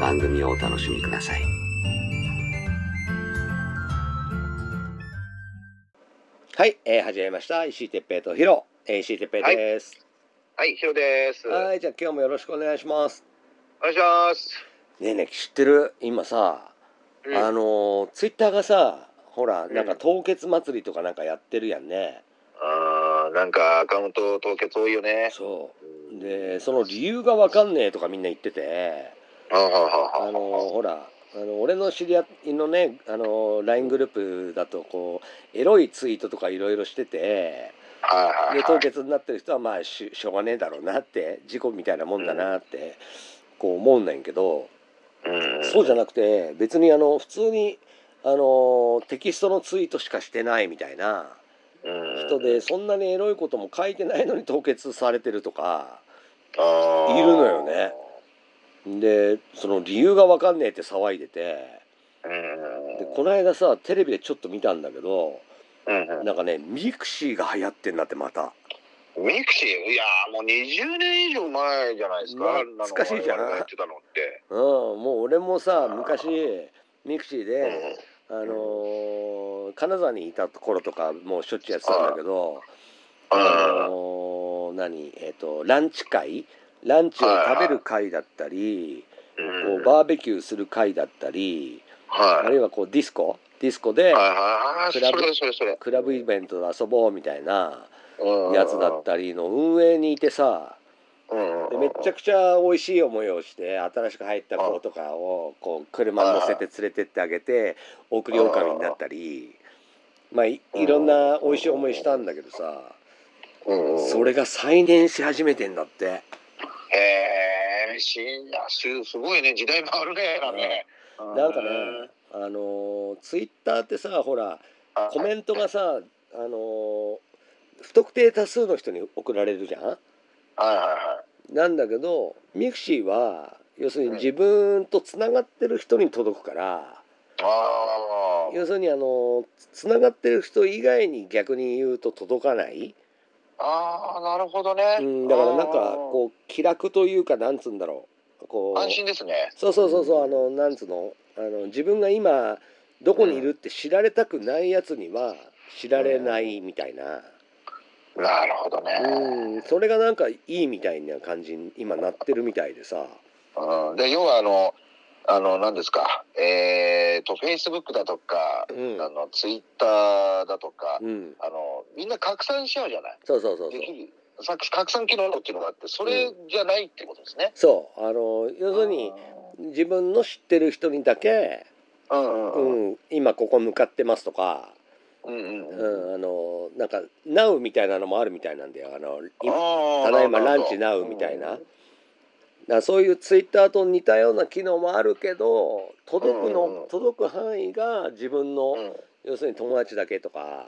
番組をお楽しみください。はい、えー始めました。石井哲平とヒロ、えー石井哲平です。はい、ヒロです。お願はい、じゃあ今日もよろしくお願いします。いします。ねえねえ、知ってる今さ、うんあのーツイッターがさ、ほら、うんなんか凍結祭りとかなんかやってるやんね。あーなんかアカウント凍結多いよね。そう。で、その理由がわかんねえとかみんな言ってて、あははあのーは。ほら、あの俺の知り合いのね、あのー LINE グループだと、こう、エロいツイートとかいろいろしてて、はいはいでは凍い。結になってる人はまあししょうがねえだろうなって事故みたいなもんだなってこう思うんだけど、うんそうじゃなくて別にあの普通にあのテキストのツイートしかしてないみたいなうん人でそんなにエロいことも書いてないのに凍結されてるとかあーいるのよね。でその理由が分かんねえって騒いでてでこの間さテレビでちょっと見たんだけどうんうんなんかねミクシーが流行ってんだってまたミクシーいやーもう20年以上前じゃないですか。懐かしいじゃんあなの我々がやってたのって。うんもう俺もさ昔ミクシーで、あのー金沢にいた頃とかもうしょっちゅうやってたんだけど、あうん。のー何えっ、とランチ会ランチを食べる会だったり、うこんうバーベキューする会だったり、はいあはるいいはこうディスコディスコではいはい。クそラブれそれそれクラブイベントで遊ぼうみたいなそれ。やつだったりの運営にいてさた。うんでめっちゃくちゃ美味しい思いをして新しく入った子とかをこう車に乗せて連れてってあげて送り狼になったりまあいいろんな美味しい思いしたんだけどさうんうんそれが再燃し始めてんだってへえ、しんや、すすごいね、時代もあるね、だね。なんかねあのツイッターってさほらうん、コメントがさあのー不特定多数の人に送られるじゃんはいはいはなんだけどミクシーは要するに自分とつながってる人に届くから。い。あ要するにあのつつながってる人以外に逆に言うと届かない、あ、ああ、なるほどね。うん、だからなんかあーこう気楽というかなんつうんだろうこう安心ですね。そうそうそうそうあのなんつうのあの自分が今どこにいるって知られたくないやつには知られないみたいな、なるほどね。うん、それがなんかいいみたいな感じに今なってるみたいでさうん、で、要はあの、あの、なんですか、えー、と、フェイスブックだとか、うんあの、ツイッターだとか、うんあの、みんな拡散しちゃうじゃない。そうそうそうそうできるさ拡散機能っていうのがあって、それじゃないってことですね。そうあの要するに自分の知ってる人にだけ、うんううんん、今ここ向かってますとかうんうんうん。うん、あのなんか「ナウ」みたいなのもあるみたいなんだよあの今たただいまランチ Now みたいなだからそういうツイッターと似たような機能もあるけど届くうんうんうのん届く範囲が自分の、うん、要するに友達だけとか、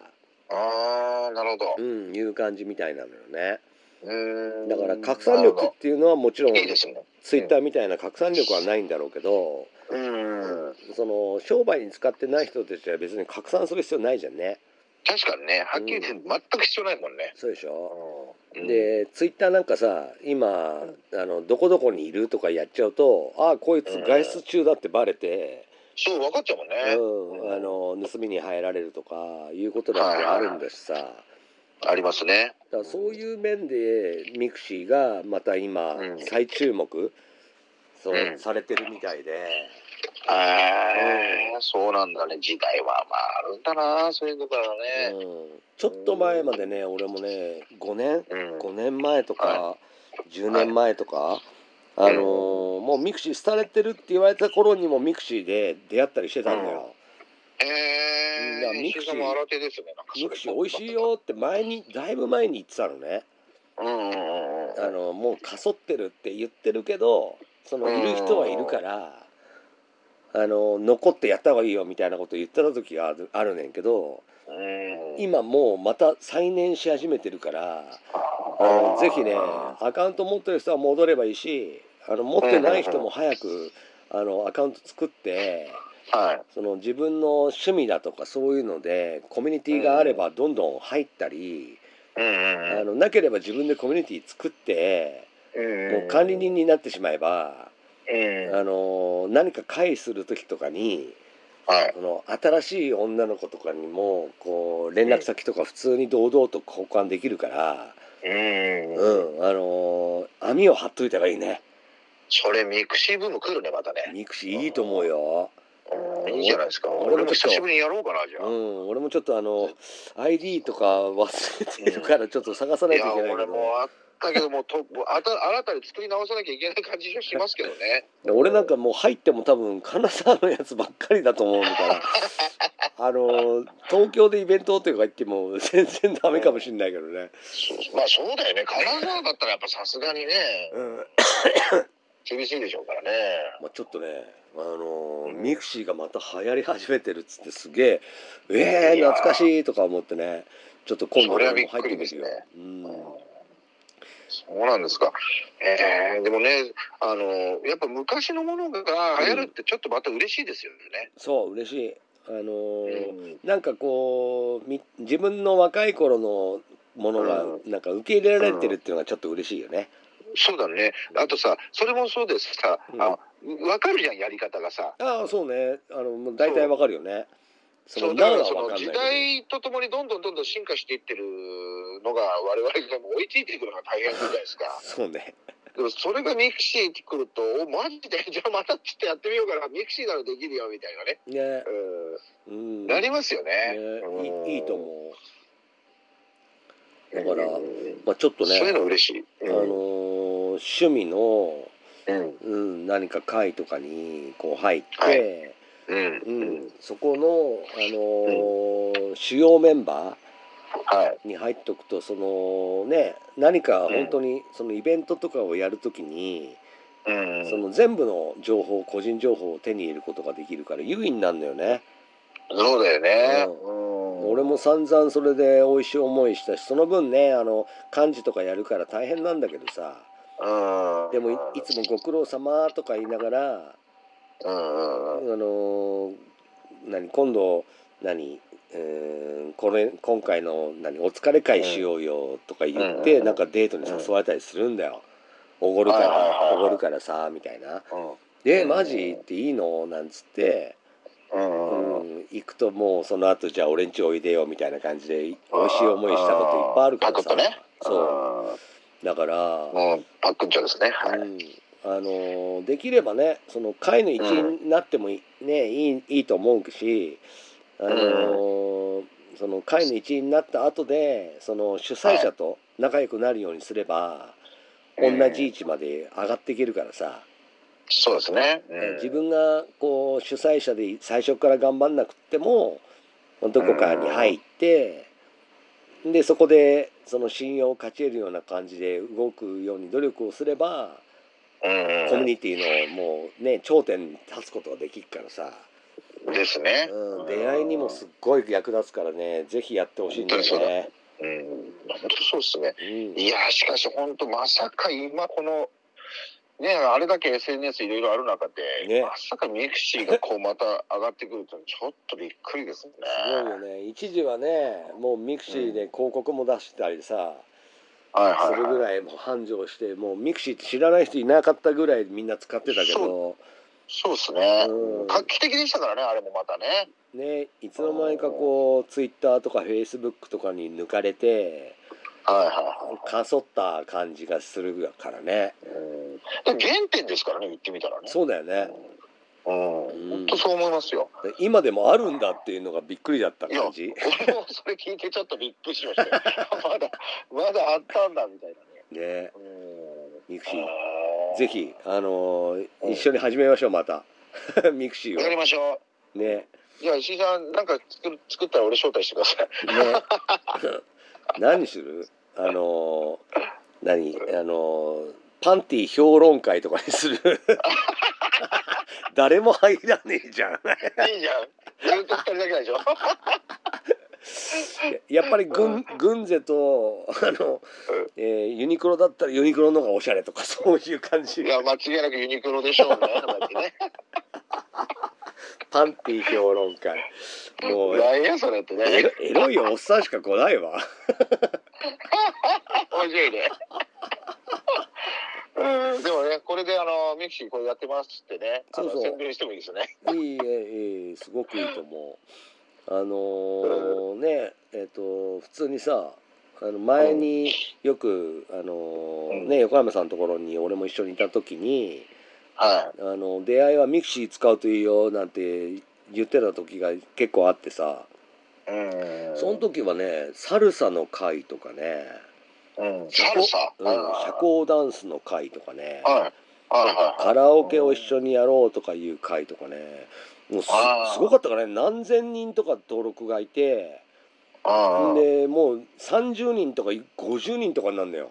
ああなるほどうん、いう感じみたいなのよねうーんだから拡散力っていうのはもちろんいいですねツイッターみたいな拡散力はないんだろうけどうーんその商売に使ってない人たちは別に拡散する必要ないじゃんね確かにねはっきり言って全く必要ないもんね、そうでしょうん、でツイッターなんかさ今あのどこどこにいるとかやっちゃうとああこいつ外出中だってバレて、そう分かっちゃうもんうね、ん、あの盗みに入られるとかいうことだってあるんだしさだありますねからそういう面でミクシーがまた今うん再注目そう、うんされてるみたいで、えーそうなんだね。時代はまああるんだな、そういうのからね。うん、ちょっと前までね俺もね5年うん。 5年前とかは10年前とか、あのーもうミクシー廃れてるって言われた頃にもミクシーで出会ったりしてたんだよ、えうんー、ミミククシシーーも新手ですね。なんかそれミクシー美味しい。よって前にだいぶ前に言ってたのねうんうんうんうん。あのもうかそってるって言ってるけどそのいる人はいるからあの残ってやった方がいいよみたいなこと言ってた時があるあるねんけどうん。今もうまた再燃し始めてるからああのーぜひねアカウント持ってる人は戻ればいいしあの持ってない人も早くあのアカウント作ってはい。その自分の趣味だとかそういうのでコミュニティがあればどんどん入ったりうんうんあのなければ自分でコミュニティ作ってうん。もう管理人になってしまえば、うん。あの何か会する時とかにはい。この新しい女の子とかにもこう連絡先とか普通に堂々と交換できるから、うん。うんあの網を張っといた方がいいねそれミクシーブーム来るね、またね。ミクシーいいと思うよ、うんいいじゃないですか。俺も俺も久しぶりにやろうかな、じうゃあ。ん、俺もちょっとあの ID とか忘れてるからちょっと探さないいといやけないけ俺どもあったけどもうともうあた新たに作り直さなきゃいけない感じがしますけどね。俺なんかもう入っても多分金沢のやつばっかりだと思うから あの東京でイベントというか行っても 全然ダメかもしんないけどねそうまあそうだよね。金沢だったらやっぱさすがにねうん厳しいでしょうからね。まあ、ちょっとね、あのーミクシーがまた流行り始めてるっつってすげええいー、やー懐かしいとか思ってねちょっと今度それは俺も入ってみびっくるりよですうんそうなんですか。えーでもねあのやっぱ昔のものが流行るってちょっとまた嬉しいですよね。そう嬉しいあのーうんなんかこうみ自分の若い頃のものがうなんか受け入れられてるっていうのがちょっと嬉しいよね、そうだね。あとさそれもそうですさ、うんあわかるじゃんやり方がさ。ああそうねあのもう大体わかるよねそそのうだなんからはそわかのん時ない代とともにどんどんどんどん進化していってるのが我々がもう追いついていくのが大変じゃないですかけど。 そうねでもそれがミクシーって来ると、おマジで、じゃあまたちょっとやってみようかな、ミクシーならできるよみたいなね、ねううんん、なりますよね。うんねいいいいと思うだだから、まあ、ちょっとねそういうの嬉しい。あのー趣味の、うん、うん、何か会とかにこう入って、はうん、ううんん、そこの、あのー主要メンバはい、ーに入っとくとそのね何か本当にそのイベントとかをやるときに、うん、その全部の情報個人情報を手に入れることができるから優位になるのよね、そうだよね。ううん、俺も散々それで美味しい思いしたしその分ねあの幹事とかやるから大変なんだけどさうん、でもいいつもご苦労様とか言いながらうん、うん、うん、あのー何今度何えーこれ今回の何お疲れ会しようよとか言って、うんなんかデートに誘われたりするんだよ。おごるかはいはいらはいおごるからさみたいなうん「でうんマジ?」って「いいの?」なんつって、うん、ううん、ん、行くともうその後じゃあ俺んちおいでよ」みたいな感じで美味しい思いしたこといっぱいあるからパクッとねさそうだから、うん、もうパックンちゃんですね。はい、うんあのーできればねその会の一員になってもいい,、ね、いいいいと思うし、あのーその会の一員になった後でその主催者と仲良くなるようにすれば、うん同じ位置まで上がっていけるからさ、そうですね。うん自分がこう主催者で最初から頑張んなくってもどこかに入って、でそこでその信用を勝ち得るような感じで動くように努力をすれば。うん、コミュニティのもうね頂点に立つことができるからさ、ですね。うん、出会いにもすっごい役立つからねぜひやってほしいんだよね。うん、本当そうですね。うんいやーしかし本当まさか今このねあれだけ SNS いろいろある中で、ねまさかミクシーがこうまた上がってくるとちょっとびっくりですね。すごいよね一時はねもうミクシーで広告も出したりさ、はいはそいれぐはい。らいもう繁盛してもうミクシーって知らない人いなかったぐらいみんな使ってたけど、そうですねうん。画期的でしたからねあれもまたね。ね、いつの間にかこうツイッターとかフェイスブックとかに抜かれてはいはかそった感じがするからねいはいうん。だから原点ですからね、言ってみたらね。そうだよねうん。うん本当そう思いますよ。で今でもあるんだっていうのがびっくりだったいや、感じ俺もそれ聞いてちょっとびっくりしましたよ。 まだ、まだあったんだみたいなね。ねうミクシんーあーぜひあのー一緒に始めましょうまた ミクシーわかりをましょねう。いや、石井さん、なんか作る作ったら俺招待してください。ね 何するあのー何あのーパンティ評論会とかにする 誰も入らねえじゃん いいじゃん。ずっと二人だけでしょ。やっぱり軍軍勢とあの、えーユニクロだったらユニクロの方がおしゃれとかそういう感じいや、間違いなくユニクロでしょうみた いな感じね。パンティ評論会もう何やそれってね。エロエロいおっさんしか来ないわ面白いね。 うんでもね、これであのミキシーこれやってますってね、あのそうそう宣伝してもいいですね。いいえいいすごくいいと思うあのーねえっ、と普通にさあの前によく、あのーうんね横山さんのところに俺も一緒にいた時にはあの出会いはミクシー使うといいよなんて言ってた時が結構あってさい。うんその時はねサルサの会とかね、うん、サルサ。うん、はい社交ダンスの会とかねはいはいはいカラオケを一緒にやろうとかいう会とかねもうすあーすごかったからね何千人とか登録がいてはい。うん。でもう30人とか50人とかになるんだよ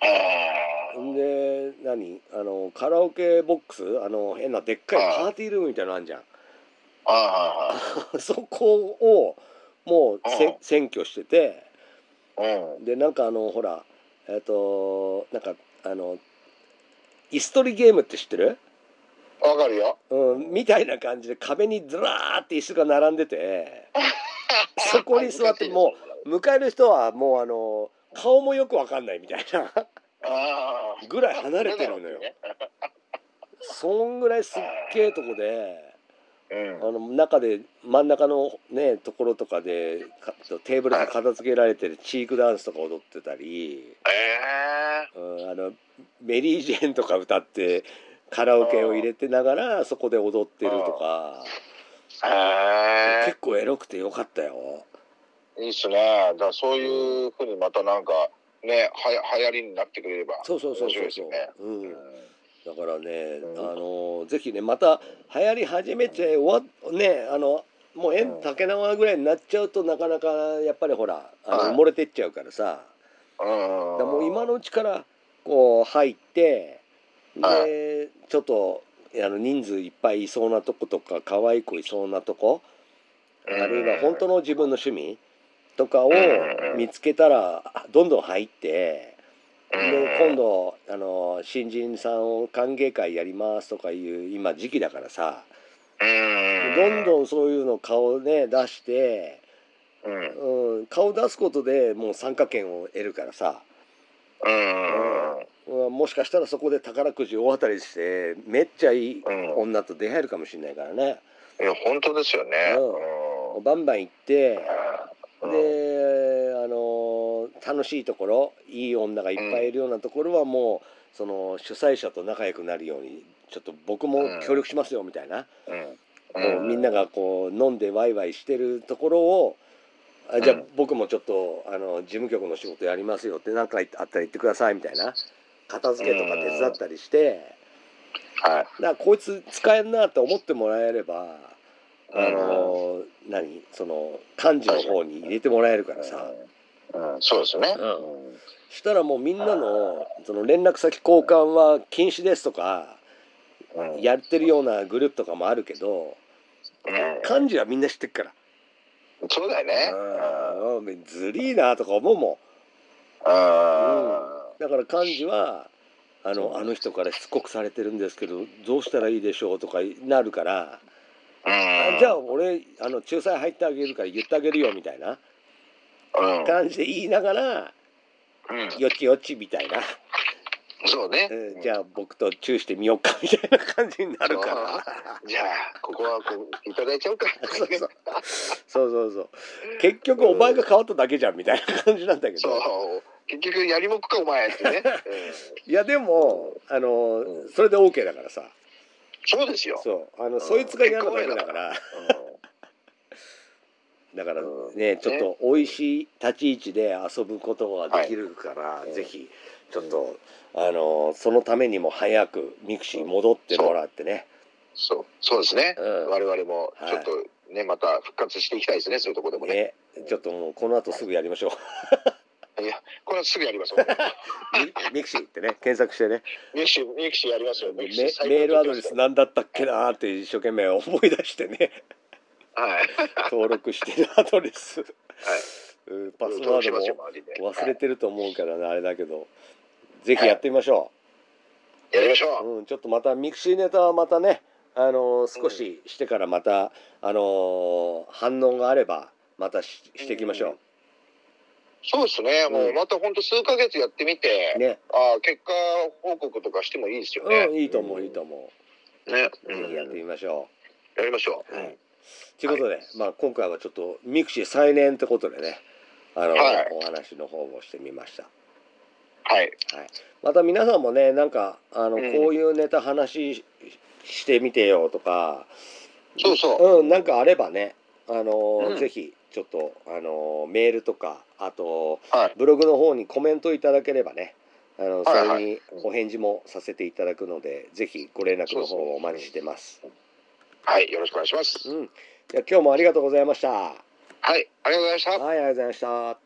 へで何あのカラオケボックスあの変なでっかいはいパーティールームみたいなのあるじゃん ーはそこをもううせん占拠してていはいはい。でなんかあのほらえっ、となんかあの椅子取りゲームって知ってるうん。わかるよ。うん、みたいな感じで壁にずらーって椅子が並んでてそこに座ってもう迎える人はもうあの顔もよくわかんないみたいなあーぐらい離れてるのよ。そんぐらいすっげえとこでうんあ。の中で真ん中のねところとかでかテーブルが片付けられてるチークダンスとか踊ってたり、えうん、あのメリー・ジェーンとか歌ってカラオケを入れてながらそこで踊ってるとかー、え結構エロくてよかったよ。ー、いいっすね。だからそういうふうにまたなんかね、はや流行りになってくれれば。そうそうそうそう面白いですそう、よねうん、だからね、うんあのーぜひねまた流行り始めて終わねあのもうう縁ん竹縄ぐらいになっちゃうとなかなかやっぱりほらあの、はい埋もれてっちゃうからさだうかん。らもう今のうちからこう入ってで、はちょっとあの人数いっぱいいそうなとことか可愛い子いそうなとこあうんるいは本当の自分の趣味とかをうん見つけたらどんどん入って。でうん今度あの新人さんを歓迎会やりますとかいう今時期だからさどどんどんそういうの顔ね出して、ん、うんうん、顔出すことでもう参加権を得るからさ、うんうん、もしかしたらそこで宝くじ大当たりしてめっちゃいいうん女と出会えるかもしれないからねいや本当ですよね。バンバン行ってうんであの楽しいところいい女がいっぱいいるようなところはもうその主催者と仲良くなるようにちょっと僕も協力しますよみたいな、うんもうみんながこう飲んでワイワイしてるところをあじゃあうん僕もちょっとあの事務局の仕事やりますよって何かあったら言ってくださいみたいな片付けとか手伝ったりしてはだいからこいつ使えんなって思ってもらえればあうんの何その幹事の方に入れてもらえるからさ。うんそうですね。うんしたらもうみんなのその連絡先交換は禁止ですとかうんやってるようなグループとかもあるけどうん幹事はみんな知ってっからそうだよね。あーずりーなとか思うもんだから幹事はあそのうあの人からしつこくされてるんですけどどうしたらいいでしょうとかなるからあじゃあ俺あの仲裁入ってあげるから言ってあげるよみたいなうん感じで言いながらよちよちみたいなそうねえーじゃあ僕とチューしてみようかみたいな感じになるからじゃあここはこういただいちゃうかそうそうそうそうそう結局お前が変わっただけじゃんみたいな感じなんだけどそう結局やりもくかお前って ね、うんいやでもあのうんそれで OK だからさそうですよそうあのんそいつが嫌なだけだからだからねちょっと美味しい立ち位置で遊ぶことができるからはいぜひちょっとあのそのためにも早くミクシー戻ってもらってねそうそうですね、うん我々もちょっとね、また復活していきたいですねそういうところでもねねちょっともうこの後すぐやり ましょういやこれはすぐやります よミミクシーってね検索してねミクシーミクシーやりますよメミクシー最高メールアドのレ時ですスか何だったっけなーって一生懸命思い出してね らはい登録してるアドレス、うんパスワード登録しますよも周りで忘はれてると思うからねあれだけどぜひやってみましょいやりましょう、う、うん、ちょっとまたミクシーネタはまたねあのー少ししてからまた、あのー反応があればまたししていきましょそうですね、うんもうまた本当数ヶ月やってみて、うねあー結果報告とかしてもいいですよね、うんいいと思ういいと思うね、う、うんぜひやってみましょやりましょうう、はいうんと、いうことで、まあ今回はちょっとミクシー再燃ってことでねあのー、はいお話の方をしてみましたはいまた皆さんもねなんかあの、うんこういうネタ話ししてみてよとかそうそう、うんなんかあればねあのー、うんぜひちょっとあのーメールとかあとはいブログの方にコメントいただければねあのそはいはいれにお返事もさせていただくのでぜひご連絡の方をお待ちしてます。はいよろしくお願いします、うん、じゃあ今日もありがとうございました。はいはいありがとうございましたありがとうございました。